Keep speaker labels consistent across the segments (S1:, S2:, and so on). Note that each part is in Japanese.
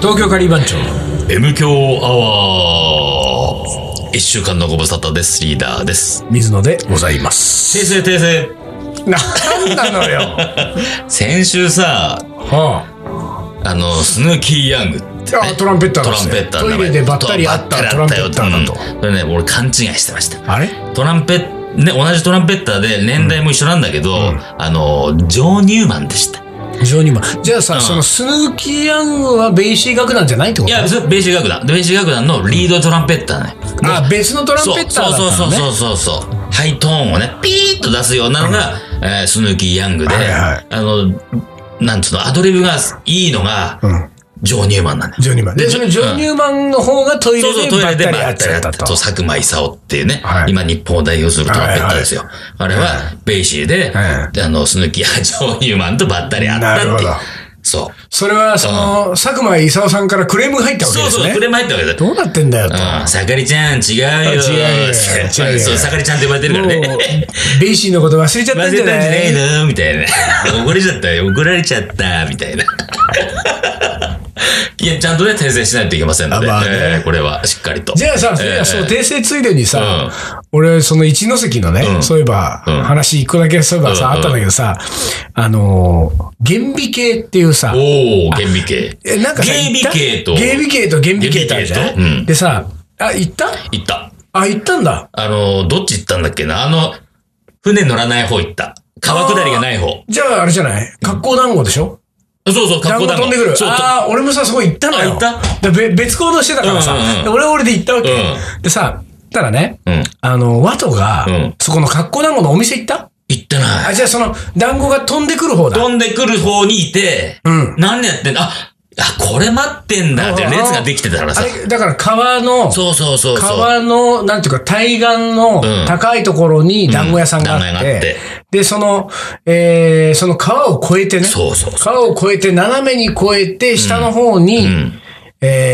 S1: 東京カリー番長
S2: M 強アワー一週間のご無沙汰です。リーダーです。
S1: 水野でございます
S2: 訂正訂正。
S1: なんなのよ、
S2: 先週さ、
S1: は
S2: あの、スヌーキー・ヤングって、
S1: あ、あトランペッター
S2: ト
S1: の
S2: ランペッター
S1: ト
S2: の名前
S1: イレでばったり会ったトランペッターだと、
S2: うんそれね、俺勘違いしてました。
S1: あれ
S2: トランペッ、ね、同じトランペッターで年代も一緒なんだけど、あの、ジョー・ニューマンでした。
S1: 非常にまあじゃあさ、
S2: うん
S1: そのスヌーキーヤングはベイシー楽団じゃないってこ
S2: い
S1: と
S2: や、そうベーシー楽団。でベーシー楽団のリードトランペッターね。
S1: あ別のトランペッターだったのね
S2: そうそうそうそうそうそう。ハイトーンをね、ピーッと出すようなのが、えースヌーキー・ヤングで、
S1: はいはい
S2: あの、なんつうの、アドリブがいいのが、
S1: ん
S2: ジョー・ニューマンなんだよ。
S1: ジョニーマンでそのジョニーマンの方がトイ
S2: そう
S1: レ
S2: そ
S1: で
S2: う、トイ
S1: ば
S2: レ
S1: っ
S2: で
S1: たり
S2: ま
S1: 会
S2: あや
S1: っ
S2: ったた
S1: りだ
S2: りや
S1: っ
S2: ったた
S1: と
S2: と、佐久間勲っていうね、
S1: はい
S2: 今日本を代表するトランペッターですよ。あれは、ベイシーで、
S1: はい
S2: であの、スヌーキーやジョー・ニューマンとばったり会ったっていう
S1: なるほど
S2: そう。
S1: それはその、佐久間勲さんからクレームが入ったわけ
S2: そ
S1: で
S2: う
S1: すね
S2: そう、クレーム入ったわけだよ。
S1: どうなってんだよ と、
S2: うん、さかりちゃん、違うよ。
S1: 違うよ違うよ
S2: そう、さかりちゃんって呼ばれてるから
S1: もう
S2: ね。
S1: ベイシーのこと忘れちゃった
S2: 忘
S1: んじ
S2: れ
S1: ゃ
S2: たんじゃ
S1: な
S2: ないいのみ たいな。怒れちゃったよ。怒られちゃった。みたいな。 いや、ちゃんとね、訂正しないといけませんので、
S1: あまあね
S2: えーこれはしっかりと。
S1: じゃあさ、い
S2: え
S1: や
S2: ー
S1: そう、訂正ついでにさ、俺、その一ノ関のね、
S2: うん
S1: そういえば、
S2: うん
S1: 話一個だけそういえばさ、
S2: うんうん
S1: あったんだけどさ、あのー、原美系っていうさ、
S2: おー、顕微鏡。
S1: えなんかさ、
S2: 原美系と
S1: 行った原美系と原美系ってあるじゃ
S2: 原美系と
S1: ん。
S2: うん
S1: でさ、あ、行った
S2: 行った。
S1: あ、行ったんだ。
S2: あのー、どっち行ったんだっけなあの、船乗らない方行った。川下りがない方。
S1: じゃあ、あれじゃない格好団子でしょ
S2: そうそう、
S1: 団子
S2: 格好だ
S1: 飛んでくる。
S2: そう、と
S1: ああ、俺もさ、そこ行ったのよ。
S2: あ行った
S1: でべ別行動してたからさ、
S2: うんうんうん
S1: で俺は俺で行ったわけ。
S2: う
S1: でさ、たらね、
S2: うん。
S1: あの、ワトが、
S2: うん
S1: そこの格好団子のお店行った
S2: 行ってない。
S1: あ、じゃあその、団子が飛んでくる方だ。
S2: 飛んでくる方にいて、
S1: うん
S2: 何やってんだあ、あ、これ待ってんだって
S1: うん
S2: 列ができてたから
S1: あ
S2: さ。
S1: れ、だから川の、
S2: そうそうそうそう。
S1: 川の、なんていうか、対岸の
S2: うん
S1: 高いところに団子屋さんがあって、
S2: うん団子屋があって
S1: で、その、えー、その川を越えてね、
S2: そうそうそ
S1: 川を越えて、斜めに越えて、下の方に、
S2: ん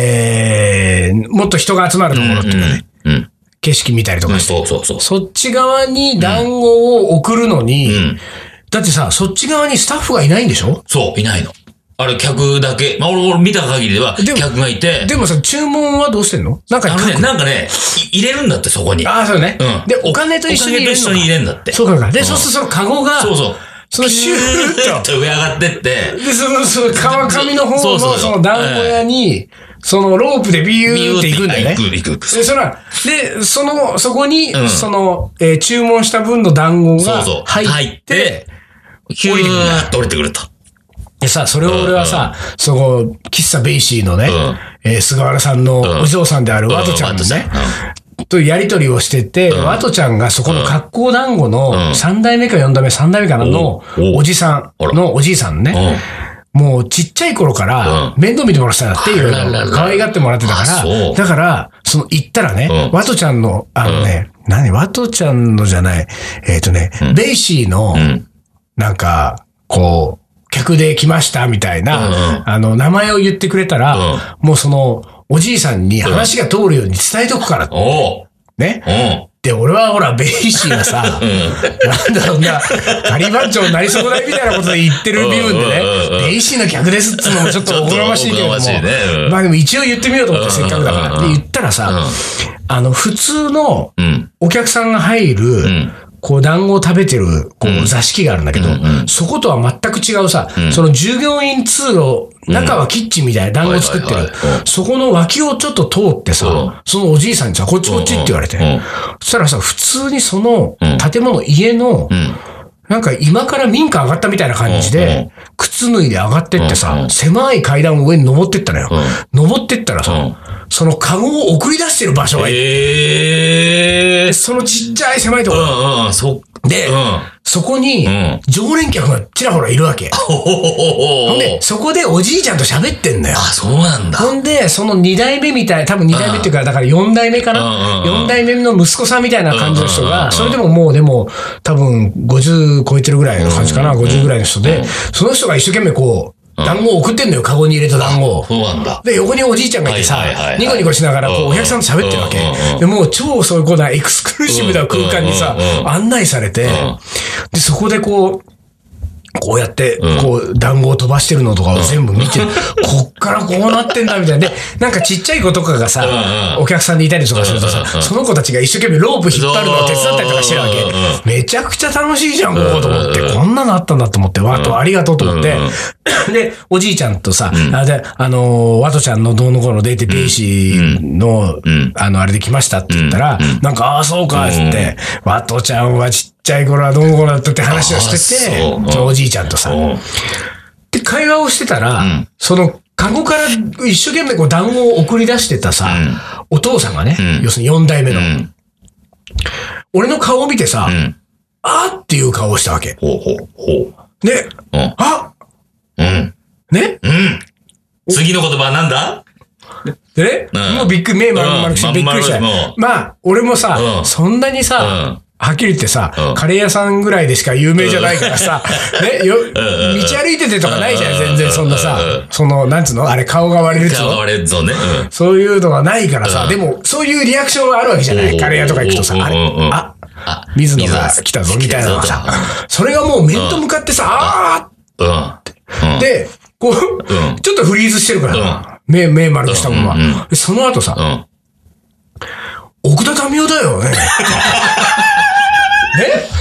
S1: えー、もっと人が集まるところっていうかね、
S2: うん。うん。
S1: 景色見たりと
S2: う
S1: か
S2: ん
S1: して、
S2: そうそうそう。
S1: そっち側に団子を送るのに、
S2: ん
S1: だってさ、そっち側にスタッフがいないんでしょ
S2: そう、いないの。あれ、客だけ。まあ、俺、俺見た限りでは、
S1: でも
S2: 客がいて、
S1: でもさ、注文はどうしてんのなんか
S2: あ
S1: 書
S2: の
S1: く
S2: ね、なんかね、い入れるんだって、そこに。
S1: ああ、そうね。
S2: うん。
S1: で、お金と一緒に入れるの
S2: お金と一緒
S1: か
S2: に入れるんだって。
S1: そうかそうか。で、そうするとそのカゴが、
S2: そうそう。
S1: そのシュ
S2: ピュ
S1: ー
S2: ー
S1: ッ
S2: ッ
S1: と。
S2: と上上がってって、
S1: で、その、その川上の方
S2: そうそう
S1: の
S2: そう
S1: その団子屋に、そのロープでビューって行くんだよね
S2: ビ。ューって行く、行く、行
S1: で、
S2: く。
S1: そら、で、その、そこに、
S2: ん
S1: その、えー注文した分の団子
S2: そ
S1: が
S2: うそう。
S1: 入って、、
S2: ヒューッと降りてくると。
S1: でさ、それを俺はさ、そこ、喫茶ベイシーのね、
S2: ん
S1: えー菅原さんの
S2: ん
S1: お嬢さんであるワトちゃんの
S2: うん
S1: ね
S2: ワトちゃん、
S1: とやりとりをしてて、ワトちゃんがそこの格好団子の
S2: うん
S1: 3代目か4代目、3代目かなの
S2: おうおう
S1: おじさん
S2: あら
S1: のおじいさんね。もうちっちゃい頃から
S2: う
S1: 面倒見てもらってたんだって、いろい
S2: あららら
S1: ろ可愛がってもらってたか
S2: あそ
S1: ら、
S2: う
S1: だから、その行ったらね、
S2: うん
S1: ワトちゃんの、あのね、何、ワトちゃんのじゃない、えっとね、ベイシーの、
S2: うん。
S1: なんか、こう、客で来ましたみたいな、
S2: うんう
S1: あの、名前を言ってくれたら、もうその、おじいさんに話が通るように伝えとくから、
S2: おう。
S1: ね。
S2: うん。
S1: で、俺はほら、ベイシーが さ、なんだろうな、ガリバン長になり損ないみたいなことで言ってるビューンでね
S2: うんうんうんう、ん
S1: ベイシーの客ですっつうのもちょっとおこがましいけれども
S2: ちょっとおこがましいねう、ん
S1: まあでも一応言ってみようと思って、せっかくだか
S2: うん
S1: ら。
S2: うん
S1: で、
S2: うん
S1: 言ったらさ、あの、普通の
S2: うん。
S1: お客さんが入る、
S2: ん
S1: こう、団子を食べてる、こう、座敷があるんだけど、そことは全く違うさ、その従業員通路、中はキッチンみたいな団子を作って
S2: はい
S1: る
S2: はいはいは。
S1: そこの脇をちょっと通って
S2: うん
S1: さ、そのおじいさんにさ、こっちこっちって言われて
S2: うんうん。
S1: そしたらさ、普通にその
S2: うん
S1: 建物、家の
S2: う、ん。
S1: なんか今から民家上がったみたいな感じ
S2: うんう
S1: で
S2: ん、
S1: 靴脱いで上がってって
S2: うん
S1: さ
S2: う、ん
S1: 狭い階段を上に登ってったのよ。登ってったら
S2: う
S1: さ
S2: ん、
S1: そのカゴを送り出してる場所がいて
S2: ええー。
S1: そのちっちゃい狭いとこ
S2: う
S1: ろ。
S2: んうん、そっ
S1: で
S2: うん。
S1: そこに
S2: ん、
S1: 常連客がちらほらいるわけ。
S2: ほほほほ
S1: ほんで、そこでおじいちゃんと喋ってんのよ
S2: あ、。そうなんだ。
S1: ほんで、その2代目みたい、多分2代目っていうか、だから4代目かな
S2: うんうんうん
S1: ?4 代目の息子さんみたいな感じの人
S2: うんうんう
S1: が、
S2: ん
S1: それでももうでも、多分50超えてるぐらいの感じかな、50ぐらいの人で、その人が一生懸命こう、団子を送ってんのよ、カゴに入れた団子を。
S2: そうなんだ。
S1: で、横におじいちゃんがいてさ
S2: はいはいはいは、い
S1: ニコニコしながら、こ
S2: うん
S1: う、
S2: うん
S1: お客さんと喋ってるわけ
S2: うんう。ん
S1: で、もう超そういうこうなエクスクルーシブな空間にさ
S2: うんうんう、ん
S1: 案内されて
S2: ん、
S1: で、そこでこう、こうやって
S2: うん、
S1: こう、団子を飛ばしてるのとかを全部見 て、こっからこうなってんだみたいな。で、なんかちっちゃい子とかがさ
S2: うん、うん
S1: お客さんでいたりとかすると
S2: うんうんう
S1: さ、
S2: ん
S1: その子たちが一生懸命ロープ引っ張るのを手伝ったりとかしてるわ
S2: うんうんうん
S1: け。めちゃくちゃ楽しいじゃん、ここと思って。
S2: うんうん
S1: こんなのあったんだと思って、わとありがとうと思って
S2: う ん。
S1: で、おじいちゃんとさ、あで、あのー、ワトちゃんのどうの頃出て、ベイシーの
S2: ん、
S1: あの、あれで来ましたって言ったら、なんか、ああ、そうか、つって、ワトちゃんはちっちゃい頃はどうの頃だったって話をしてて
S2: あーそううん、
S1: そのおじいちゃんとさ、
S2: お
S1: で、会話をしてたら、
S2: ん
S1: その、カゴから一生懸命こう団子を送り出してたさ、お父さんがね、
S2: うん
S1: 要するに4代目
S2: う
S1: の、
S2: ん。
S1: 俺の顔を見てさ、
S2: うん。
S1: あーっていう顔をしたわけ。
S2: ほうほうほ
S1: で、
S2: う。うん。
S1: あ
S2: うん。
S1: ね
S2: うん。次の言葉はなんだ
S1: でね、
S2: うん
S1: もうびっくり、目丸々して
S2: うん
S1: びっくりした
S2: まん丸々も。
S1: まあ、俺もさ、
S2: うん
S1: そんなにさ、はっきり言ってさ、
S2: うん
S1: カレー屋さんぐらいでしか有名じゃないからさ、ね、よ、道
S2: ん
S1: 歩いててとかないじゃん、全然そんなさ
S2: うん、
S1: その、なんつうのあれ、顔が割れるっつう
S2: 顔
S1: の
S2: が割れるぞね。うん。
S1: そういうのがないからさ、
S2: うん
S1: でも、そういうリアクションはあるわけじゃな
S2: お
S1: い。
S2: う
S1: カレー屋とか行くとさ、
S2: おう
S1: あ
S2: おうおう
S1: れ、あ、
S2: あ
S1: 水野が来たぞ、みたいなのがさ、それがもう面と向かってさ、あ
S2: うん。う
S1: ー
S2: ん。
S1: っ、て、こう、
S2: ん
S1: ちょっとフリーズしてるから、目、目丸くしたま
S2: うんうん
S1: ま。でその後さ
S2: う、ん。
S1: 奥田民生だ よね。ね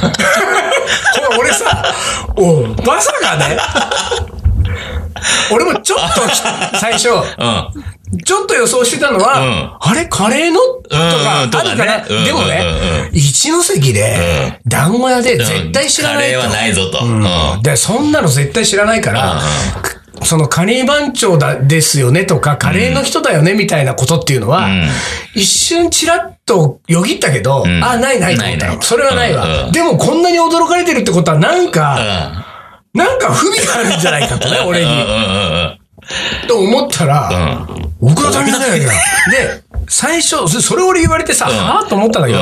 S1: これ俺さ、おうまさかね、俺もちょっとき最初、
S2: うん。
S1: ちょっと予想してたのは、あれカレーのとかある
S2: うんうん
S1: かな、
S2: とかね
S1: でもね、一関で、団子屋で絶対知らない
S2: カレー
S1: と
S2: はないぞと。うん。
S1: で、そんなの絶対知らないから、そのカレー番長だですよねとか、カレーの人だよねみたいなことっていうのは、
S2: うん
S1: 一瞬ちらっとよぎったけど、
S2: ん
S1: あ、ないないと思った
S2: ない
S1: の。
S2: ない
S1: それはないわ、
S2: うんうん
S1: でもこんなに驚かれてるってことは、なんか、
S2: う
S1: なんか不備があるんじゃないかとね、俺
S2: ん。
S1: に。
S2: う
S1: と思ったら、
S2: ん。うん。うん。
S1: 奥田民生だよね。で、最初、そそれ俺言われてさ、はぁと思ったんだけど、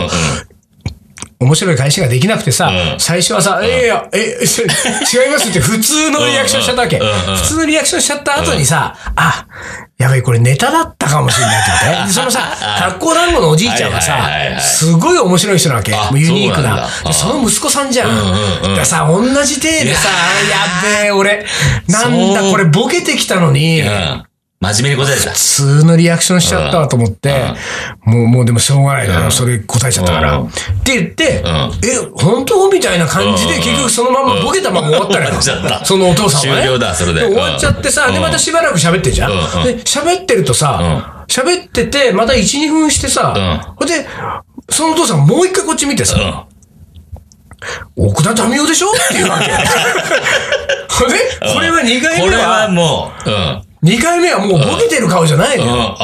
S1: 面白い返しができなくてさ、
S2: うん
S1: 最初はさ、いやいや、え、 そ違いますって普通のリアクションしちゃったわけ。
S2: うんうんうん
S1: 普通のリアクションしちゃった後にさ、あ、やべえ、これネタだったかもしれないって ことね。でそのさ、発酵団子のおじいちゃんが
S2: はいはいはいは
S1: さ、
S2: い
S1: すごい面白い人なわけ。
S2: あ
S1: もうユニーク
S2: そうなん
S1: な
S2: だ。
S1: で
S2: あ
S1: その息子さんじゃん。
S2: うんうんうん
S1: でさ、同じ体でさ、やべえ、俺、なんだ、
S2: そう
S1: これボケてきたのに、
S2: うん。真面目に答えてた。
S1: 普通のリアクションしちゃったわと思って、もう、もうでもしょうがないだろ、それ答えちゃったから。
S2: うん
S1: って言って、え、
S2: ん
S1: 本当みたいな感じで、
S2: うん
S1: 結局そのままボケたまま終わったのよ
S2: うん 終わっちゃっ。た
S1: そのお父さんはね。
S2: 終了だそれで
S1: 終わっちゃってさ、
S2: うん
S1: で、またしばらく喋ってんじゃん。
S2: うんうん
S1: で、喋ってるとさ、喋ってて、また1、2分してさ、ほんで、そのお父さんもう一回こっち見てさ、
S2: うん。
S1: 奥田民生でしょっていうわ け。ほんで、これは2回
S2: こ
S1: 目
S2: れは
S1: は、
S2: もう、うん。
S1: 2回目はもうボケてる顔じゃないのよ。
S2: う
S1: い
S2: んうん
S1: や、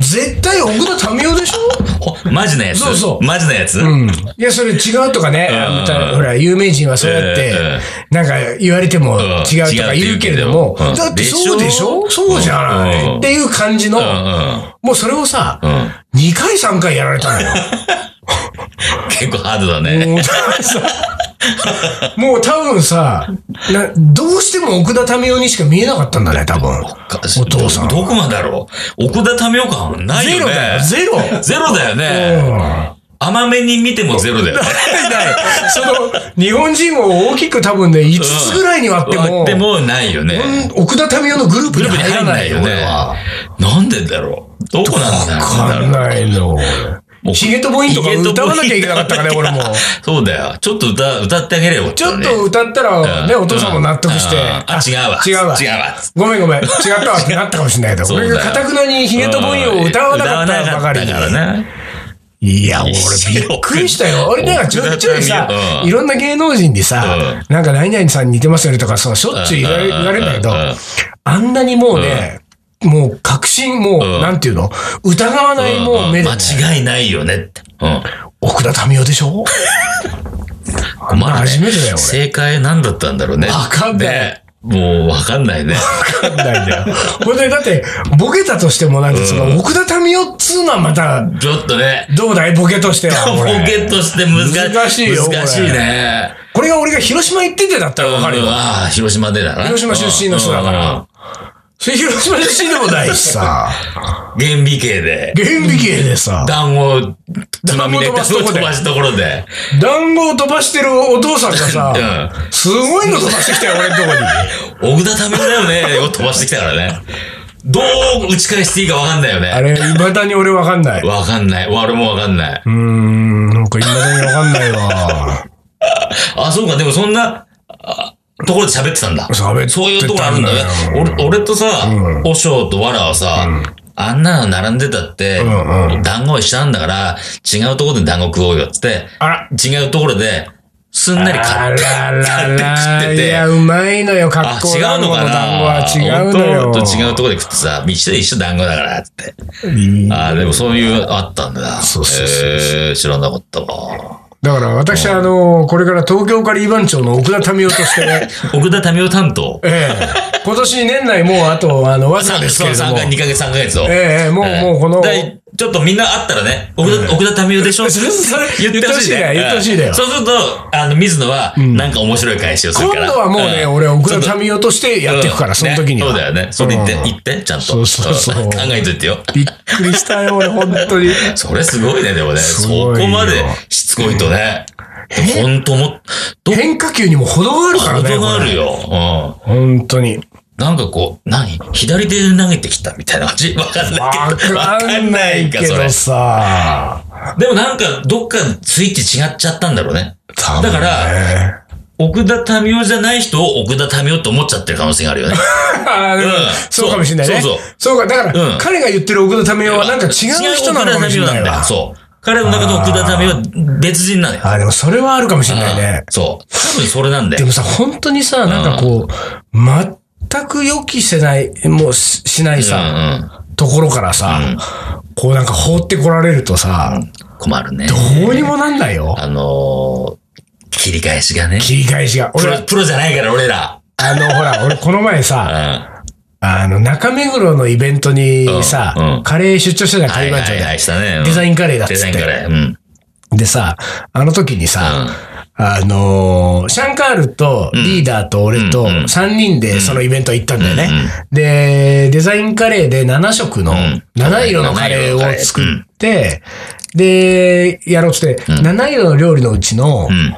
S1: 絶対奥田民生でしょ
S2: ほマジなやつ
S1: そうそう
S2: マジなやつ
S1: うんいや、それ違うとかね、
S2: んうん
S1: あのたほら、有名人はそうやって
S2: ええ、
S1: なんか言われても違うとか
S2: 違うって
S1: 言
S2: 言
S1: う
S2: う
S1: け
S2: け
S1: れ
S2: れ
S1: ど
S2: ど
S1: も
S2: も、
S1: だってそうでしょ
S2: うん
S1: そうじゃな
S2: う
S1: い
S2: ん
S1: っていう感じの、
S2: うん
S1: もうそれをさ、
S2: うん。
S1: 2回3回やられたの よ。
S2: 結構ハードだね。
S1: もうさもう多分さ、などうしても奥田民生にしか見えなかったんだね、多分。お父さん
S2: どどこまでだろう奥田民生感ない
S1: ゼ
S2: よ
S1: ロ
S2: ね。
S1: だよ、ゼロ。
S2: ゼロだよ
S1: うん
S2: ね。甘めに見てもゼロだよね。
S1: ないその、日本人を大きく多分ね、5つぐらいに割っても、
S2: でもないよね。
S1: うん奥田民生のグループ
S2: グ
S1: に
S2: ループに
S1: 入ら
S2: 入ん
S1: な
S2: ないい
S1: よ
S2: よ
S1: ね。
S2: ね
S1: 俺は。
S2: なんでだろうどこなんだ
S1: わ
S2: ろう
S1: かんないの。ヒゲとボインとか歌わなきゃいけなかった からね、俺も。。
S2: そうだよ。ちょっと歌、歌ってあげれよ。
S1: ちょっと歌ったら、ね、お父さんも納得して。
S2: あ違うわ。
S1: 違うわ。
S2: 違うわ。
S1: ごめんごめん。違ったわってなったかもしれないけど、
S2: そうだ
S1: 俺
S2: よ
S1: がかたくなにヒゲとボインを歌わなかったばかりに
S2: 歌。わなかったからね。
S1: いや、俺びっくりしたよ。俺なんかちょいちょいさ
S2: う、ん
S1: いろんな芸能人にさ、なんか何々さんに似てますよねとか、そうしょっちゅう言われ
S2: うんうんうん
S1: 言われるんだけど
S2: うん、
S1: あんなにもうね、もう確信、もう、
S2: ん
S1: なんていうの疑わないもう目で、ね、
S2: 間違いないよねって。うん。
S1: 奥田民生でしょあんな初めてだよ、俺。
S2: 正解何だったんだろうね。
S1: わかんない
S2: ね。もうわかんないね。
S1: わかんないんだよ。ほんで、だって、ボケたとしてもなんて、その、奥田民生っつうのはまた、
S2: ちょっとね。
S1: どうだいボケとして は。
S2: ポ
S1: これ
S2: ケットして難しい。
S1: 難しいよこれ
S2: 難しいね。
S1: これが俺が広島行っててだったらわかるよ
S2: うん。ああ、広島でだな。
S1: 広島出身の人だから
S2: うん。
S1: それ広島出身でもないしさ、
S2: 原美系で、
S1: 原美系でさ、
S2: 団子つまみで
S1: 弾を飛ばすとこで
S2: 弾を飛ばすところで。
S1: 団子を飛ばしてるお父さんが さ、すごいの飛ばしてきたよ、俺んとこに。
S2: 小倉ためだよ ね、を飛ばしてきたからね。どう打ち返していいかわかんないよ
S1: あ
S2: ね。
S1: れ、未だに俺わかんない。う
S2: わかんない。俺もわかんない。
S1: ーん、なんか未だにわかんないわ。
S2: あ、そうか、でもそんな、あところで喋ってたんだ。
S1: 喋ってたんだよ
S2: そういうところあるんだね。俺俺とさ、おしょうとわらはさ、あんなの並んでたって、
S1: ん
S2: 団子は一緒なんだから、違うところで団子食おうよっつって、
S1: あら。
S2: 違うところで、すんなり
S1: あ
S2: 買って、
S1: らら
S2: 買って食
S1: ら。
S2: ってて
S1: いや、うまいのよ、
S2: あ
S1: 格、好
S2: 違うのか
S1: 団子は
S2: な
S1: 違うのよ。
S2: と違うところで食ってさ、道で一緒団子だからって。
S1: いい
S2: あでもそういう、あったんだな。
S1: そうそうそう
S2: えー知らなかったわ。
S1: だから私、あの、これから東京から番町の奥田民生としてね、
S2: 奥田民生担当。
S1: ええ、今年年内もうあと、あの、わずか
S2: 3
S1: ですけれども。
S2: ヶ月、2ヶ月、3ヶ月を。
S1: ええ、もう、
S2: ええ
S1: もうこの、
S2: だいちょっとみんなあったらね、奥田、奥田民生でしょ
S1: それそれ
S2: 言ってほしいね。
S1: 言ってほしいね
S2: うん
S1: 言ってほしいね
S2: そうすると、あの、水野は、なんか面白い返しをするから。
S1: 今度はもうね、
S2: ん
S1: 俺、奥田民生としてやっていくから、
S2: うん
S1: その時には。
S2: ねそうだよね。それ言って、
S1: うん
S2: 言って、ちゃんと。
S1: そうそうそうん
S2: 考えといてよ。
S1: びっくりしたよ、俺、本当に。
S2: それすごいね、でもね。
S1: す
S2: そ
S1: ごいよ
S2: こまでしつこいとね。ほんとも、どっ
S1: 変化球にも程があるか
S2: から
S1: ね。
S2: とがある
S1: よ。
S2: よ。うん。
S1: 本当に。
S2: なんかこう、何左手で投げてきたみたいな感じわかん
S1: わ
S2: ないけど。
S1: かんないけ
S2: それ
S1: どさ。
S2: でもなんか、どっかスイッチ違っちゃったんだろうね。
S1: 多
S2: だ
S1: 分ね
S2: から、奥田民生じゃない人を奥田民生と思っちゃってる可能性があるよね。
S1: あーでも
S2: うん
S1: そうかもしれないね。
S2: そうそう
S1: そうか、だか
S2: う
S1: ら、
S2: ん
S1: 彼が言ってる奥田民生はなんか違う人なのかもしれない
S2: 違う奥田民生んだよ
S1: わ。
S2: そう。彼の中の奥田民生は別人なのよ。
S1: あー、でもそれはあるかもしれない
S2: うん
S1: ね。
S2: そう。多分それなんだ
S1: で
S2: よ。
S1: もさ、本当にさ、なんかこう、全く予期せない、もうししない
S2: うんう
S1: さ、
S2: ん。
S1: ところからさ、こうなんか放ってこられるとさ、
S2: 困るね。
S1: どうにもなんないよ。
S2: あのー、切り返しがね。
S1: 切り返しが。
S2: プ
S1: 俺
S2: ロ、
S1: は、
S2: プロじゃないから、俺ら。
S1: あの、ほら、俺この前
S2: うん。
S1: さ、
S2: は
S1: あの、中目黒のイベントにさ、
S2: うんうん
S1: カレー出張してた
S2: い
S1: カ
S2: は
S1: リ
S2: い
S1: バン長
S2: は
S1: で。
S2: い、したね。うん
S1: デザインカレーだっ
S2: デ
S1: つ
S2: ザ
S1: っ
S2: インカ
S1: て。
S2: レー。うん。
S1: でさ、あの時にさ、あのーシャンカールとリーダーと俺と
S2: うんうん
S1: 3人でそのイベント行ったんだよね。で、デザインカレーで7色の、
S2: ん
S1: 7色のカレーを作って、で、やろうっつって、7色の料理のうちの、
S2: うん。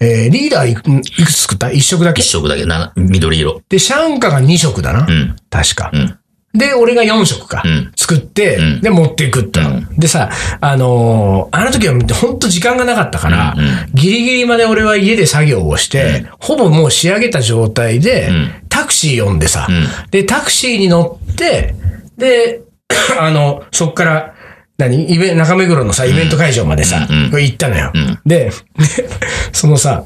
S1: えーリーダーいくんいくつ作った ?1 色だけ
S2: 一色だけ、な緑色。
S1: で、シャンカが2色だな。
S2: うん。
S1: 確か。
S2: うん。
S1: で、俺が4色か。
S2: うん
S1: 作って、
S2: うん
S1: で、持っていくっての、
S2: う
S1: でさ、あのーあの時はほんと時間がなかったから、
S2: うんうん
S1: ギリギリまで俺は家で作業をして、ほぼもう仕上げた状態で、
S2: ん
S1: タクシー呼んでさ、
S2: う
S1: で、タクシーに乗って、で、 あの、そっから、何イベ中目黒のさ、イベント会場までさ、
S2: うんうん
S1: 行ったのよ。
S2: ん
S1: で、そのさ、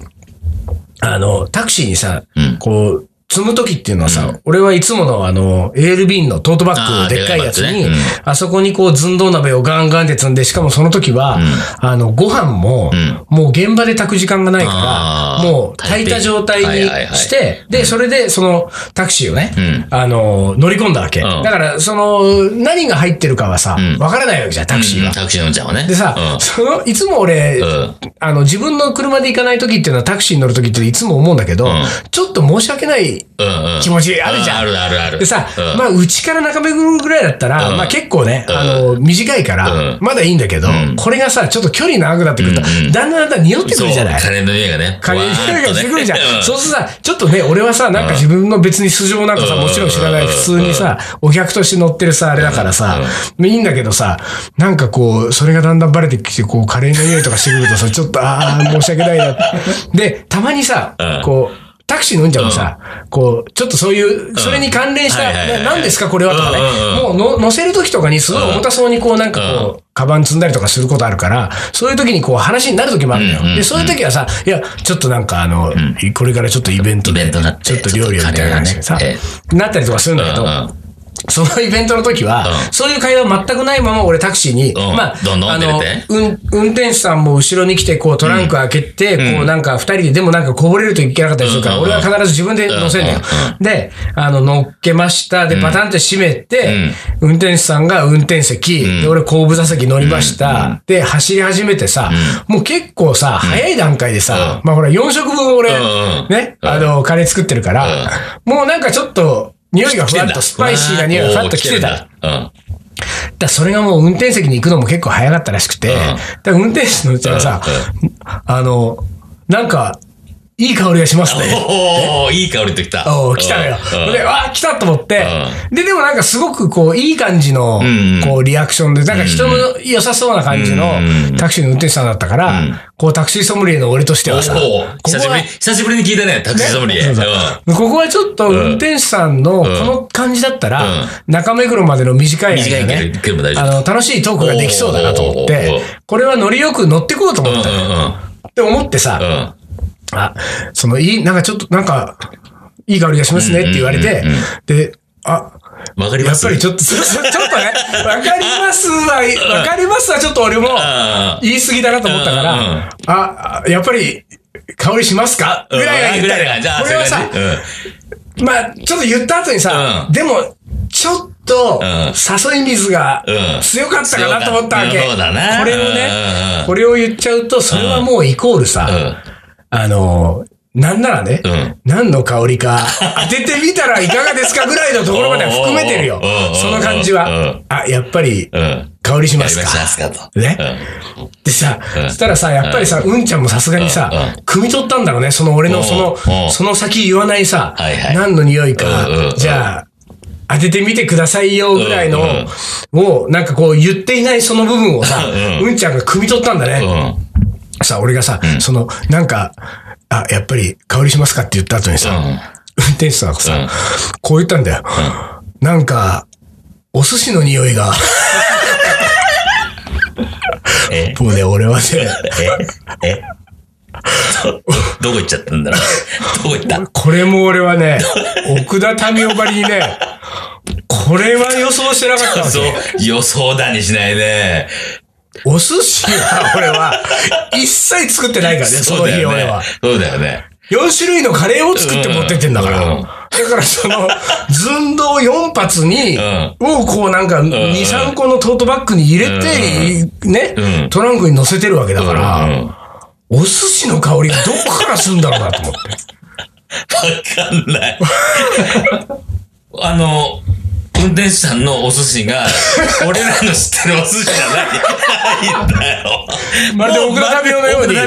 S1: あの、タクシーにさ、
S2: うん
S1: こう、積む時っていうのはさ、俺はいつものあの、エールビンのトートバッグ
S2: あー
S1: のでっかいやつに、
S2: で
S1: あ,、
S2: かいやつね
S1: そこにこう、寸胴鍋をガンガンって積んで、しかもその時は、あの、ご飯も、
S2: うん
S1: もう現場で炊く時間がないか
S2: あ
S1: ら、
S2: ー
S1: もう炊いた状態
S2: は
S1: に
S2: いはいはい
S1: して、で、それでそのタクシーをね、
S2: ん
S1: あの、乗り込んだわけ。
S2: うん
S1: だから、その、何が入ってるかはさ、わ、
S2: ん
S1: からないわけじゃん、タクシーは。
S2: うんタクシーのんちゃんはね。
S1: でさ、その、いつも俺、
S2: うん
S1: あの、自分の車で行かない時っていうのはタクシーに乗る時っていつも思うんだけど、
S2: ん
S1: ちょっと申し訳ない
S2: うん。うんうん。
S1: 気持ちあるじゃん
S2: うあるあるある。
S1: でさ、
S2: うん
S1: まあ、うちから中目黒ぐらいだったら、
S2: うん
S1: まあ結構ね、
S2: うん
S1: あの、短いから
S2: うん、
S1: まだいいんだけど、
S2: うん
S1: これがさ、ちょっと距離長くなってくると、
S2: うんうん
S1: だんだんだんだん匂ってくるじゃない
S2: そう、カレーの匂いがね。
S1: カレーの匂いがしてくるじゃん。そう
S2: う
S1: するとさ、ちょっとね、俺はさ、なんか自分の別に素性なんかさ、
S2: うん
S1: もちろん知らない、
S2: うん
S1: 普通にさ、お客として乗ってるさ、あれだからさ、いいんだけどさ、なんかこう、それがだんだんバレてきて、こう、カレーの匂いとかしてくるとさ、ちょっと、ああ、申し訳ないな。で、たまにさ
S2: うん、
S1: こう、タクシーのうんちゃんもさ、こう、ちょっとそういう、それに関連した、
S2: はいはいはいはい
S1: な何ですかこれはとかね、
S2: う
S1: もうの乗せるときとかにすごい重たそうにこうなんかこう、カバン積んだりとかすることあるから、そういうときにこう話になるときもあるのよ。
S2: うんうんうん
S1: で、そういう時はさ、いや、ちょっとなんかあの、これからちょっとイベント
S2: イ
S1: で、
S2: ベントになって
S1: ちょっと料理をみたいな
S2: ち
S1: ね、
S2: ょっとカ
S1: さ
S2: レーがね、
S1: なったりとかするんだけ
S2: んう
S1: ど、
S2: んうん。
S1: そのイベントの時は、
S2: うん
S1: そういう会話全くないまま俺タクシーに、
S2: うん
S1: まあ、
S2: どんどん
S1: あ
S2: 出
S1: の
S2: て、
S1: うん運転手さんも後ろに来て、こうトランク開けて、こうなんか二人で、でもなんかこぼれるといけなかったりするから、
S2: うんうん
S1: 俺は必ず自分で乗せんのよ。で、あの、乗っけました。で、パタンって閉めて、運転手さんが運転席、で俺後部座席乗りました。で、走り始めてさ、もう結構さ、早い段階でさ、まあほら4食分俺
S2: うんうん、
S1: ね、あの、カレー作ってるから、もうなんかちょっと、匂いがふわっとスパイシーな匂いがふわっと来てた。
S2: うん。
S1: だそれがもう運転席に行くのも結構早かったらしくて、だ運転手のうちはさ、あの、なんか、いい香りがしますね。
S2: おおいい香りってきた。
S1: お来たのよ。で、わあ、来たと思って。で、でもなんかすごくこう、いい感じの、こう、リアクションで、なんか人の良さそうな感じのタクシーの運転手さんだったから、こう、タクシーソムリエの俺としてはさ、
S2: 久しぶり、久しぶりに聞いたね、タクシーソムリエ。
S1: ここはちょっと運転手さんのこの感じだったら、中目黒までの短い
S2: 間ね、
S1: あの、楽しいトークができそうだなと思って、これは乗りよく乗ってこうと思ったって思ってさ、あ、そのいい、なんかちょっと、なんか、いい香りがしますねって言われて、で、あ、
S2: わかります
S1: やっぱりちょっと、ちょっとね、わかりますは、わかりますはちょっと俺も言い過ぎだなと思ったから、あ、やっぱり香りしますかぐらいは言ったら、これはさ、まあ、ちょっと言った後にさ、でも、ちょっと、と、誘い水が強かったかなと思ったわけ。
S2: そうだな。
S1: これをね、これを言っちゃうと、それはもうイコールさ、あの、なんならね、うん、何の香りか当ててみたらいかがですかぐらいのところまで含めてるよ。その感じは。あ、やっぱり、香りしますか。
S2: ますかと。
S1: ね。でさ、そしたらさ、やっぱりさ、うんちゃんもさすがにさ、汲み取ったんだろうね。その俺のその、その先言わないさ、何の匂いか、じゃあ、当ててみてくださいよぐらいの、を、なんかこう言っていないその部分をさ、うんちゃんが汲み取ったんだね。さ、俺がさ、その、なんか、あ、やっぱり香りしますかって言った後にさ、運転手さんがさ、こう言ったんだよ。なんか、お寿司の匂いが。 もうね、俺はね。
S2: えどこ行っちゃったんだろうどこ行った
S1: これも俺はね、奥田民生ばりにね、これは予想してなかったわ
S2: け。予想だにしないね。
S1: お寿司は俺は、一切作って ないからね、その日俺は。
S2: そうだよね。
S1: 4種類のカレーを作って持ってってんだから。だからその、寸胴4発に、をこうなんか、2、3個のトートバッグに入れて、ね、トランクに乗せてるわけだから、お寿司の香りがどこからするんだろうなと思って。
S2: わかんない。あの、運転手さんのお寿司 が、俺らの知ってるお寿司じゃない。ないんだよ。
S1: まるで奥田民のように。
S2: 奥田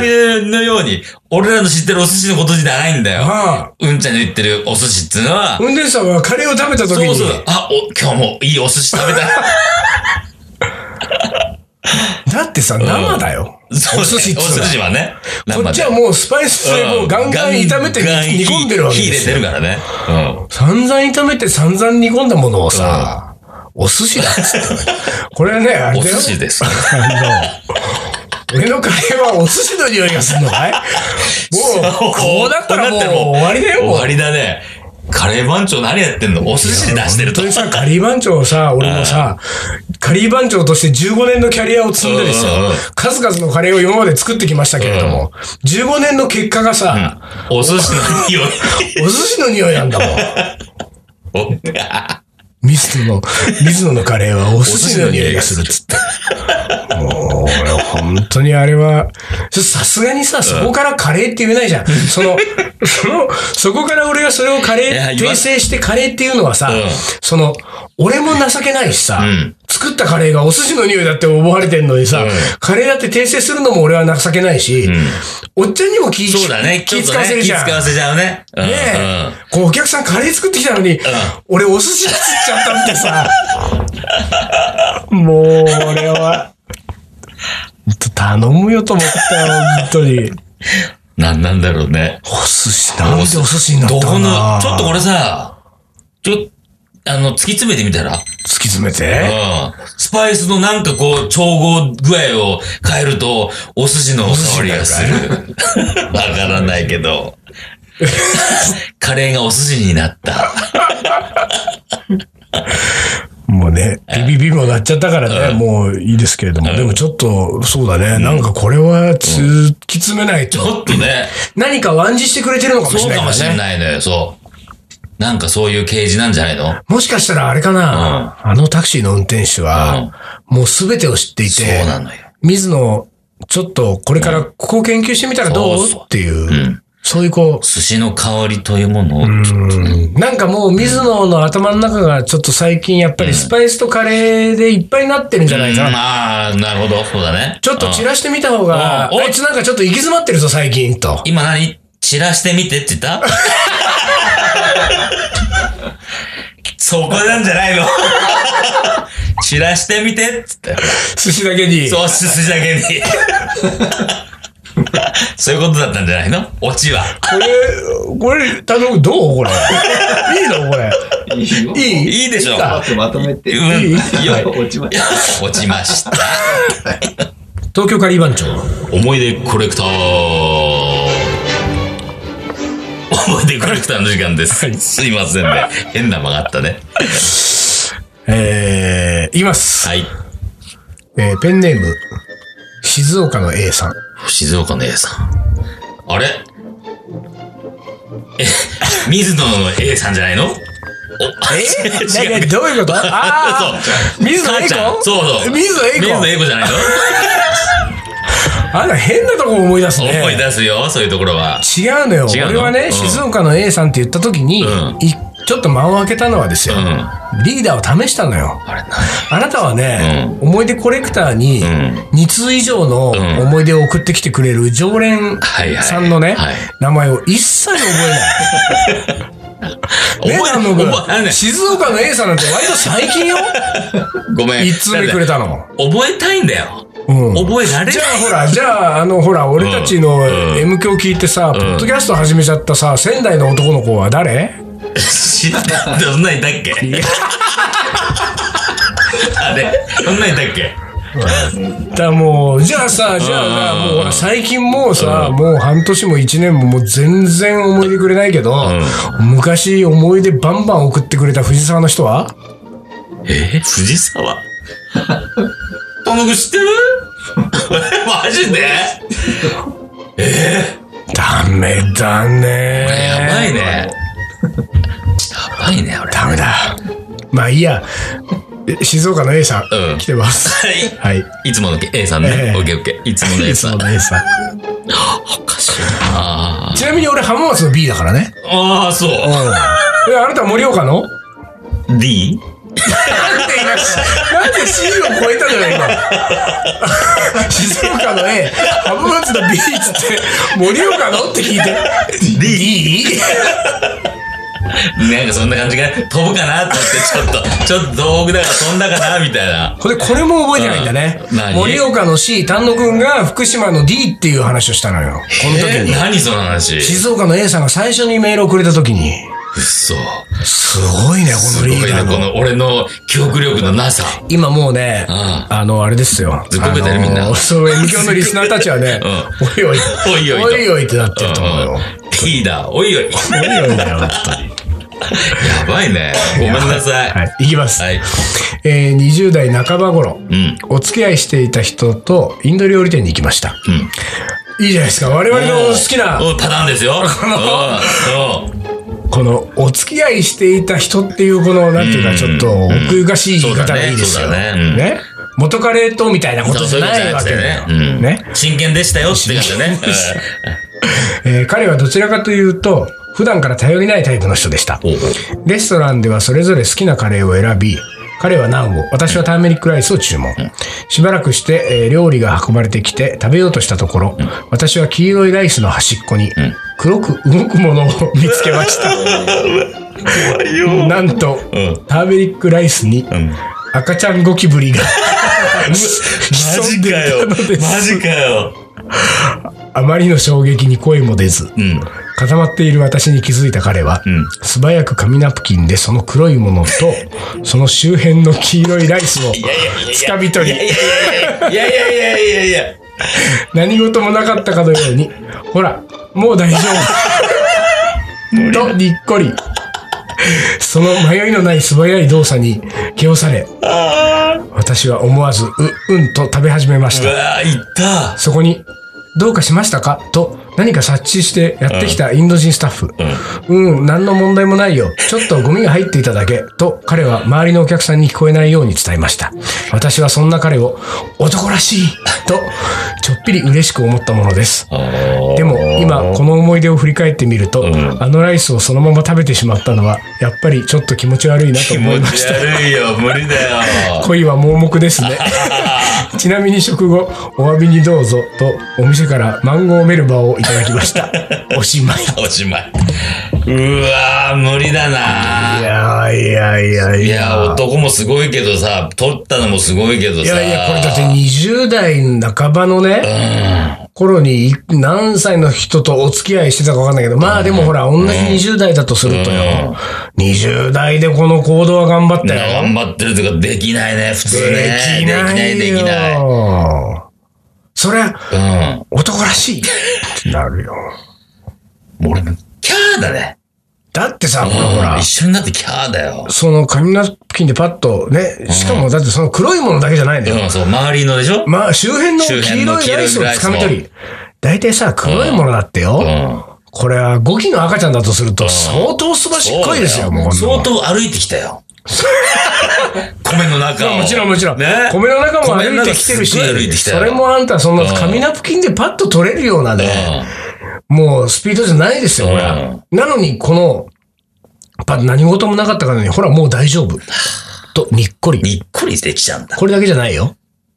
S2: のように、俺らの知ってるお寿司のことじゃないんだよ。ああうんちゃんの言ってるお寿司っていうのは。
S1: 運転手さんはカレーを食べた時に。
S2: そうそう。あ、お、今日もいいお寿司食べた。
S1: だってさ、生だよ。
S2: お寿司っお寿司はね。
S1: こっちはもうスパイスでもうガンガン炒めて煮込んでるわけ
S2: ですよ。火入れてるから
S1: ね。うん。散々炒めて散々煮込んだものをさ、お寿司だっつって。これね、あれ
S2: お寿 司です。
S1: 俺のカレーはお寿司の匂いがするのかいもう、こうなったらもう終わりだよ、
S2: 終わりだね。カレー番長何やってんのお寿司出してると。
S1: 本当にさ、カリー番長をさ、俺もさ、カリー番長として15年のキャリアを積んでですよ。数々のカレーを今まで作ってきましたけれども、15年の結果がさ、
S2: お寿司 の匂
S1: い。お寿司の匂いなんだもん。水野の、水野のカレーはお寿司の匂いがするっつって。もう、俺、本当にあれは、さすがにさ、そこからカレーって言えないじゃん。その、その、そこから俺がそれをカレー、訂正してカレーっていうのはさ、その、俺も情けないしさ、作ったカレーがお寿司の匂いだって思われてんのにさ、カレーだって訂正するのも俺は情けないし、おっちゃんにも気、
S2: そうだね、
S1: 気使わせるじゃん。
S2: 気使わせちゃうね。
S1: ねえ、こうお客さんカレー作ってきたのに、俺お寿司作っちゃったってさ、 もう俺は、頼むよと思ったよ、本当に。
S2: なんなんだろうね。
S1: お寿司、なんでお寿司になったの
S2: ちょっとこれさ、ちょ、あの、突き詰めてみたら
S1: 突き詰めて
S2: うん。スパイスのなんかこう、調合具合を変えると、お寿司の香りがする。わからないけど。カレーがお寿司になった。
S1: もうね、ビビビもなっちゃったからね、うん、もういいですけれども、うん、でもちょっと、そうだね、うん、なんかこれは突き詰めないと。
S2: ちょっとね。
S1: 何か暗示してくれてるのかもしれない、ね、そう
S2: かもしれないね、そう。なんかそういう啓示なんじゃないの
S1: もしかしたらあれかな、あのタクシーの運転手は、もうすべてを知っていて、
S2: そうなのよ。
S1: 水野、ちょっとこれからここ研究してみたらどう、っていう。そういうこう、
S2: 寿司の香りというものを、
S1: なんかもう水野の頭の中がちょっと最近やっぱりスパイスとカレーでいっぱいになってるんじゃないかな。
S2: まあ、なるほど、そうだね。
S1: ちょっと散らしてみた方が、
S2: うんお
S1: あいつなんかちょっと行き詰まってるぞ最近と。
S2: 今何散らしてみてって言った そこなんじゃないの散らしてみてって言ったよ。
S1: 寿司だけに。
S2: そう、すすだけに。そういうことだったんじゃないのオチは。
S1: これ、これ、頼む、どうこ れ。いいのこれ。
S3: いいよ。
S1: いい
S2: いいでしょう。
S3: パッとまとめて。
S2: うん
S1: いい
S2: いや
S3: 落ちました。
S2: 落ちました。
S1: 東京カリー番長。
S2: 思い出コレクター。思い出コレクターの時間です。
S1: はい
S2: すいませんね。変な間があったね。
S1: えー、います。
S2: はい。
S1: えー、ペンネーム、静岡の A さん。
S2: 静岡の A さん。あれ え、水野の A さんじゃないのお
S1: え
S2: 違う
S1: どういうことああ、水野
S2: 母
S1: 英
S2: ちゃん
S1: 子
S2: そうそう。
S1: 水野英
S2: 水野
S1: 子
S2: 英子じゃな いの
S1: あんた変なとこ思い出すね。
S2: 思い出すよ、そういうところは。
S1: 違うのよ。
S2: 違うの
S1: 俺は
S2: う
S1: ね、
S2: ん
S1: 静岡の A さんって言った時に、
S2: うん
S1: いちょっと間を開けたのはですよ、
S2: うん
S1: リーダーを試したのよ。
S2: あれな。
S1: あなたはね、思い出コレクターに
S2: ん
S1: 2通以上の
S2: ん
S1: 思い出を送ってきてくれる常連
S2: はいはい
S1: さんのね
S2: はい、
S1: 名前を一切覚えない。ね、
S2: 覚え
S1: 南野
S2: 覚えあのね
S1: 君。静岡の A さんなんて割と最近 よ。
S2: ごめん。
S1: 1通目くれたの。
S2: 覚えたいんだよ。
S1: うん
S2: 覚えられない。
S1: じゃあほら、じゃあ、あのほら、俺たちの M 響聞いてさ、ポッドキャスト始めちゃったさ、仙台の男の子は誰
S2: 知らない どんなんいたっけ あれどんなんいたっけ
S1: だもう、じゃあさ、じゃあ
S2: うん
S1: な、もうほら最近もうさ、もう半年も一年ももう全然思い出くれないけど、昔思い出バンバン送ってくれた藤沢の人は
S2: え藤沢トム君知ってる マジで
S1: ダメだね。
S2: やばいね。やばいね、俺。
S1: ダメだ。まあいいや、え静岡の A さん、
S2: うん
S1: 来てます。
S2: はい
S1: はい。
S2: いつもの A さんね
S1: え。え
S2: オッケーオッケー。いつもの A
S1: 静
S2: さ
S1: 岡
S2: ん。
S1: の A さん。
S2: おかしいなあ
S1: ちなみに俺浜松の B だからね。
S2: あー、そ
S1: うん。え、あなた盛岡 の
S2: う。D?
S1: なんでいなし、なんで C を超えたじゃないか。 静岡の A、浜松の B っつって、盛岡のって聞いて。D?
S2: なんかそんな感じが飛ぶかなと思って、ちょっと、ちょっと道具だから飛んだかなみたいな。
S1: これ、これも覚えてないんだね
S2: うん何。
S1: 盛岡の C、丹野くんが福島の D っていう話をしたのよ。この時
S2: えー
S1: に。
S2: 何その話
S1: 静岡の A さんが最初にメールをくれた時に。
S2: 嘘。
S1: すごいね、この
S2: す
S1: リ
S2: ご
S1: ー
S2: い
S1: ダー
S2: な、こ
S1: の。
S2: の俺の記憶力のなさ。
S1: 今もうね、
S2: うん
S1: あの、あれですよ。
S2: ずっこけてるみんな
S1: あの そう、M 響のリスナーたちはね、おいおい、
S2: おいおいと
S1: おいおいってなってると思うよ。
S2: リーダー、おいおい。
S1: おいおいだよ、本当に
S2: やばいね。ごめんなさい。
S1: は
S2: はい。
S1: い、いきます。えー20代半ば頃、
S2: うん。
S1: お付き合いしていた人とインド料理店に行きました。
S2: ん
S1: いいじゃないですか。我々の好きな、
S2: おパターンですよ。うんうん
S1: この、お付き合いしていた人っていう、この、なんていう
S2: うん
S1: か、ちょっと奥ゆかしい言い方がいいです
S2: そう
S1: よ。
S2: だねそうだねうん
S1: ね。元カレとみたいなことじゃないわけだよ。
S2: そうそういうことじゃなくてねうん
S1: ね。
S2: 真剣でしたよって感 じだね。
S1: えー彼はどちらかというと、普段から頼りないタイプの人でした。
S2: うんおう
S1: レストランではそれぞれ好きなカレーを選び、彼はナンを、私はターメリックライスを注文。しばらくして、えー料理が運ばれてきて食べようとしたところ、私は黄色いライスの端っこに、黒く動くものを見つけま した。なんと、
S2: ん
S1: ターメリックライスに
S2: ん
S1: 赤ちゃんゴキブリが
S2: マ
S1: 潜
S2: ジ
S1: んでい
S2: かよ。
S1: たのです
S2: マジかよ。
S1: あまりの衝撃に声も出ず、
S2: うん。
S1: 固まっている私に気づいた彼は、
S2: ん
S1: 素早く紙ナプキンでその黒いも のと、その周辺の黄色いライスを
S2: いやいやいやいや
S1: 掴み取り、
S2: いやいやいやいやいやいや。
S1: 何事もなかったかのように、ほら、もう大丈夫。と、にっこり。その迷いのない素早い動作に気をされ、私は思わず、う、うんと食べ始めまし
S2: う
S1: た。
S2: わー、いった。
S1: そこに、どうかしましたかと、何か察知してやってきたインド人スタッフ。うん、何の問題もないよ。ちょっとゴミが入っていただけ。と、彼は周りのお客さんに聞こえないように伝えました。私はそんな彼を、男らしいと、ちょっぴり嬉しく思ったものです。でも今この思い出を振り返ってみると、あのライスをそのまま食べてしまったのはやっぱりちょっと気持ち悪いなと
S2: 気
S1: 思い
S2: 持
S1: まし
S2: ち
S1: た
S2: 悪いよ、無理だよ。
S1: 恋は盲目です ねちなみに食後お詫びにどうぞとお店からマンゴーメルバーをいただきました おしまい
S2: おしまい。うわー、無理だな。
S1: やいやいや
S2: いや、男もすごいけどさ、取ったのもすごいけどさ。
S1: いやいやこれだって20代半ばのね、頃にい何歳の人とお付き合いしてたか分かんないけど、まあでもほら、同じ20代だとするとよ、20代でこの行動は頑張ったよ。
S2: 頑張ってるとかできないね、普通ね。
S1: できないよ。
S2: できない、で
S1: そりゃ、
S2: きない。
S1: 男らしいって なるよ。
S2: うん。俺も、キャーだね。
S1: だってさ、ほらほ
S2: うん
S1: ら
S2: 一、緒になってキャーだよ。
S1: その紙ナプキンでパッとね、しかもだってその黒いものだけじゃないんだよ。
S2: うん、そう、周りのでしょ
S1: まあ、周辺の
S2: 周
S1: 黄
S2: 辺の
S1: 色いライスをつかみ取
S2: 黄色い
S1: り。大体さ、黒いものだってよ。
S2: ん
S1: これは5期の赤ちゃんだとすると、相当素晴らしっこいですよ、
S2: そうだ
S1: もう。
S2: 相。当歩いてきたよ。 米の中を。
S1: もちろんもちろん。
S2: ね。
S1: 米の中も歩いてきてる
S2: 米の中すっごい歩いて
S1: し、
S2: きたよ
S1: それもあんた、そんな紙ナプキンでパッと取れるようなね、もうスピードじゃないですよ、これは。なのに、この、パ何事もなかったからに、ほら、もう大丈夫。と、にっこり
S2: うん。。にっこりできちゃうんだ。
S1: これだけじゃないよ。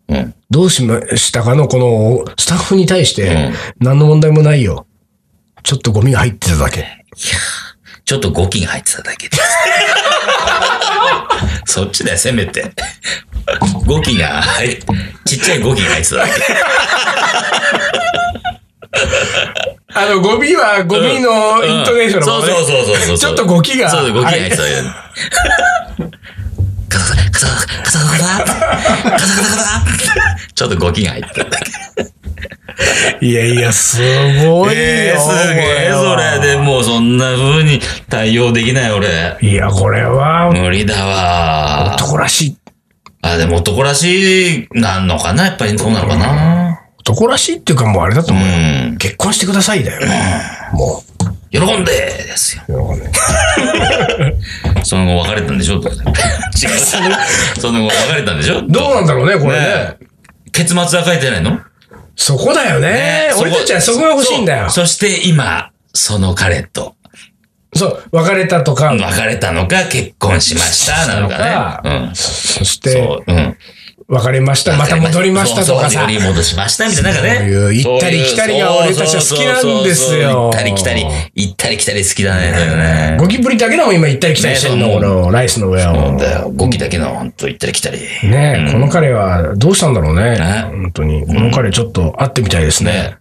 S2: うん。
S1: どうしましたかのこのスタッフに対して
S2: うん、
S1: 何の問題もないよ。ちょっとゴミが入ってただけ。
S2: ちょっと5金入ってただ けです。そっちだよ、せめて。5金が入っ、ちっちゃい5金入ってただけ。
S1: あの、ゴミはゴミのイントネーションのままね
S2: そうそうそうそうそう。
S1: ちょっとゴキが
S2: そうそう、ゴキが入ってただけ。カサカサカサカサカサカサカサカサちょっとゴキが入ってただけ。
S1: いやいや、すごいよ。
S2: えーすげえ、
S1: こ
S2: そ
S1: は
S2: れ。でもうそんな風に対応できない俺。
S1: いや、これは、
S2: 無理だわ。
S1: 男らしい。
S2: あ、でも男らしい、なんのかなやっぱりそうなのかな
S1: 男らしいっていうかもうあれだと
S2: う
S1: 思う。
S2: ん。
S1: 結婚してくださいだよね。も
S2: 喜んでですよ。
S1: う。喜んで
S2: その後別れたんでしょ違う。その後別れたんでしょ
S1: どうなんだろうね、これね。
S2: 結末は書いてないの
S1: そこだよね。俺たちはそこが欲しいんだよ。
S2: そうそして今、その彼と
S1: そう、別れたとか、
S2: 別れたのか、結婚しました、なのかね。うん。
S1: そし
S2: そ
S1: て、
S2: う、うん。
S1: 別れました、また戻りましたとかさ。
S2: そうそう戻り戻しましたみたいな、なんかね。
S1: そういう行ったり来たりが俺たちは好きなんですよ
S2: そうそうそうそう行ったり来たり、行ったり来たり好きだね。だよね。
S1: ゴキブリだけでも今行ったり来たりしてんの、
S2: ね
S1: このライスの上
S2: そ
S1: を。
S2: う
S1: ね
S2: だよ。ゴキだけの、ほんと行ったり来たり。
S1: え、この彼はどうしたんだろうね
S2: ね。
S1: 本当に。この彼ちょっと会ってみたいですね。
S2: ね。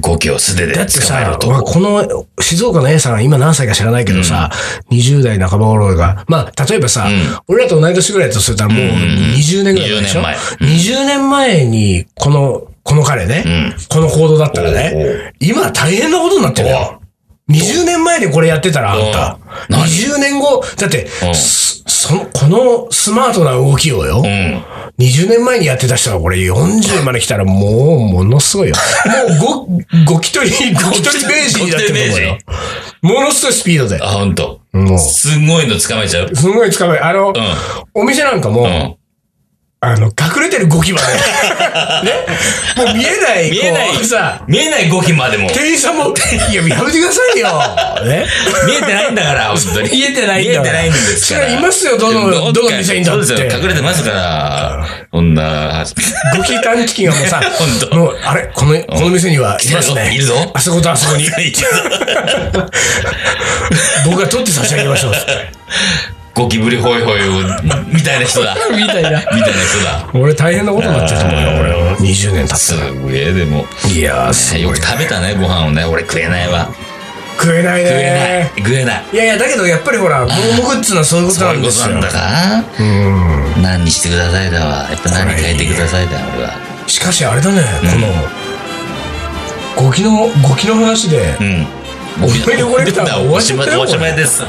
S2: ゴキを素手で
S1: だって
S2: 捕まえ
S1: さ
S2: る、と。
S1: まあこの静岡の A さん、今何歳か知らないけどさ、20代半ば頃が、まあ、例えばさ、俺らと同い年ぐらいだとするともう20年ぐらい前でしょ
S2: 20年前
S1: ?20 年前に、この、この彼ね、この行動だったら
S2: おうお
S1: ね、今大変なことになってるよ。20年前でこれやってたら、あんた。
S2: うん何
S1: 20年後、だって、
S2: うん
S1: すその、このスマートな動きをよ、
S2: うん。
S1: 20年前にやってた人がこれ40まで来たらもうものすごいよ。もう ご、ごきとり、ごきとり名人になってると思うよ。ものすごいスピードで。
S2: あ、ほんと。
S1: もう、す
S2: すごいの捕まえちゃう。
S1: ごい捕まえ、あの、お店なんかも、
S2: うん。
S1: あの、隠れてるゴキま で。ねもう見えない、
S2: 見えない
S1: こうさ、
S2: 見えないゴキまでも。
S1: 店員さ んも、いや、やめてくださいよ。ね。
S2: 見えてないんだから、本当に。見えて
S1: ないんだ
S2: 見え
S1: から
S2: てないんですから。
S1: それいますよどの
S2: うん
S1: どの店にだって
S2: そうですよ、隠れてますから。こんな、
S1: ゴキ探知機がもうさ
S2: ほん、と
S1: もう、あれこの、この店にはいますね。
S2: いるぞいるぞ
S1: あそことあそこに。僕が取って差し上げましょう。
S2: ゴキブリホイホイを、みたいな人だ。
S1: みたいな。
S2: みたいな人だ。
S1: 俺大変なことになってると思うよ、俺は。20年経
S2: すげえ、でも。
S1: つ。いやー、す
S2: よ
S1: ご
S2: く
S1: い。
S2: 食べたね、ご飯をね。俺食えないわ。
S1: 食えない
S2: 食え
S1: ね
S2: ない。食えない。
S1: いやいや、だけどやっぱりほら、盲目っつうのはそういうこと
S2: そう
S1: ないん
S2: う
S1: で
S2: こと
S1: すよ
S2: なん。だか
S1: うん。
S2: 何にしてくださいだわ。やっぱ何変えてくださいだ、俺は。
S1: しかしあれだね、この、ゴキの、ゴキの話で
S2: う、ん。
S1: お米 のコレクター終わっちゃったよ
S2: おしまいです。は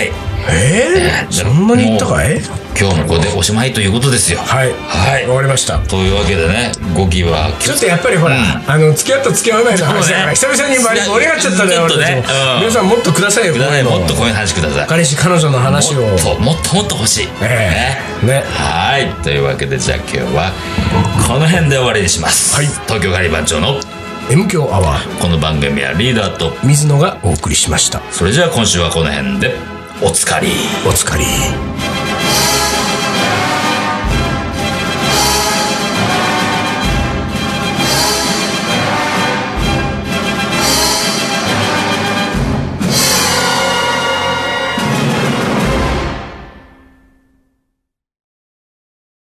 S2: い。
S1: えーそんなに言ったかい
S2: 今日もこれでおしまいということですよ。
S1: はい。
S2: はい
S1: わかりました。
S2: というわけでね、ゴキは
S1: ちょっとやっぱりほら、あの、付き合った付き合わないの話だから、久
S2: そう
S1: 々
S2: ね
S1: に盛り盛り上がっちゃったね、
S2: ちょっ
S1: 俺
S2: と
S1: たち
S2: ね
S1: も
S2: うん。
S1: 皆さんもっとくださいよ、
S2: くだ
S1: こう
S2: さ
S1: いう
S2: い。
S1: の
S2: もっとこういう話ください。
S1: 彼氏、彼女の話を。
S2: もっともっともっと欲しい。
S1: ええ。ね。
S2: はい。というわけで、じゃあ今日は、この辺で終わりにします。
S1: はい
S2: 東京ガリバン長の
S1: M 強アワー、
S2: この番組はリーダーと、
S1: 水野がお送りしました。
S2: それじゃあ今週はこの辺で、おつかり。
S1: お疲れ。